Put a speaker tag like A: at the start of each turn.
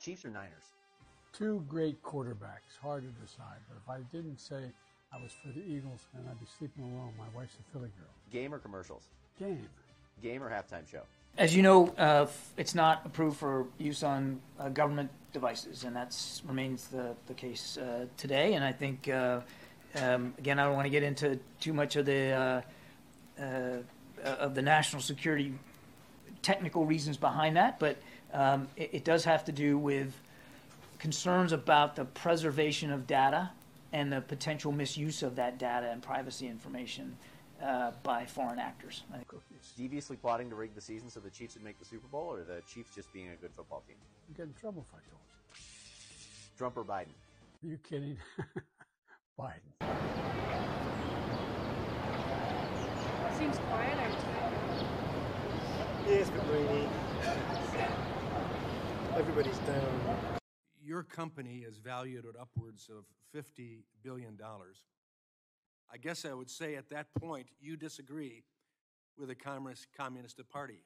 A: Chiefs or Niners?
B: Two great quarterbacks, hard to decide. But if I didn't say I was for the Eagles, then I'd be sleeping alone. My wife's a Philly girl.
A: Game or commercials?
B: Game.
A: Game or halftime show?
C: As you know, uh, f- it's not approved for use on uh, government devices, and that's remains the, the case uh, today. And I think, uh, um, again, I don't want to get into too much of the uh, uh, of the national security technical reasons behind that, but um, it, it does have to do with concerns about the preservation of data and the potential misuse of that data and privacy information uh, by foreign actors. I think.
A: Deviously plotting to rig the season so the Chiefs would make the Super Bowl, or the Chiefs just being a good football team?
B: I'd get in trouble if I told you.
A: Trump or Biden?
B: Are you kidding? Biden.
D: Seems quieter too.
E: Yes, but rainy. Everybody's down.
F: your company is valued at upwards of $50 billion. I guess I would say at that point, you disagree with the Commerce Communist Party.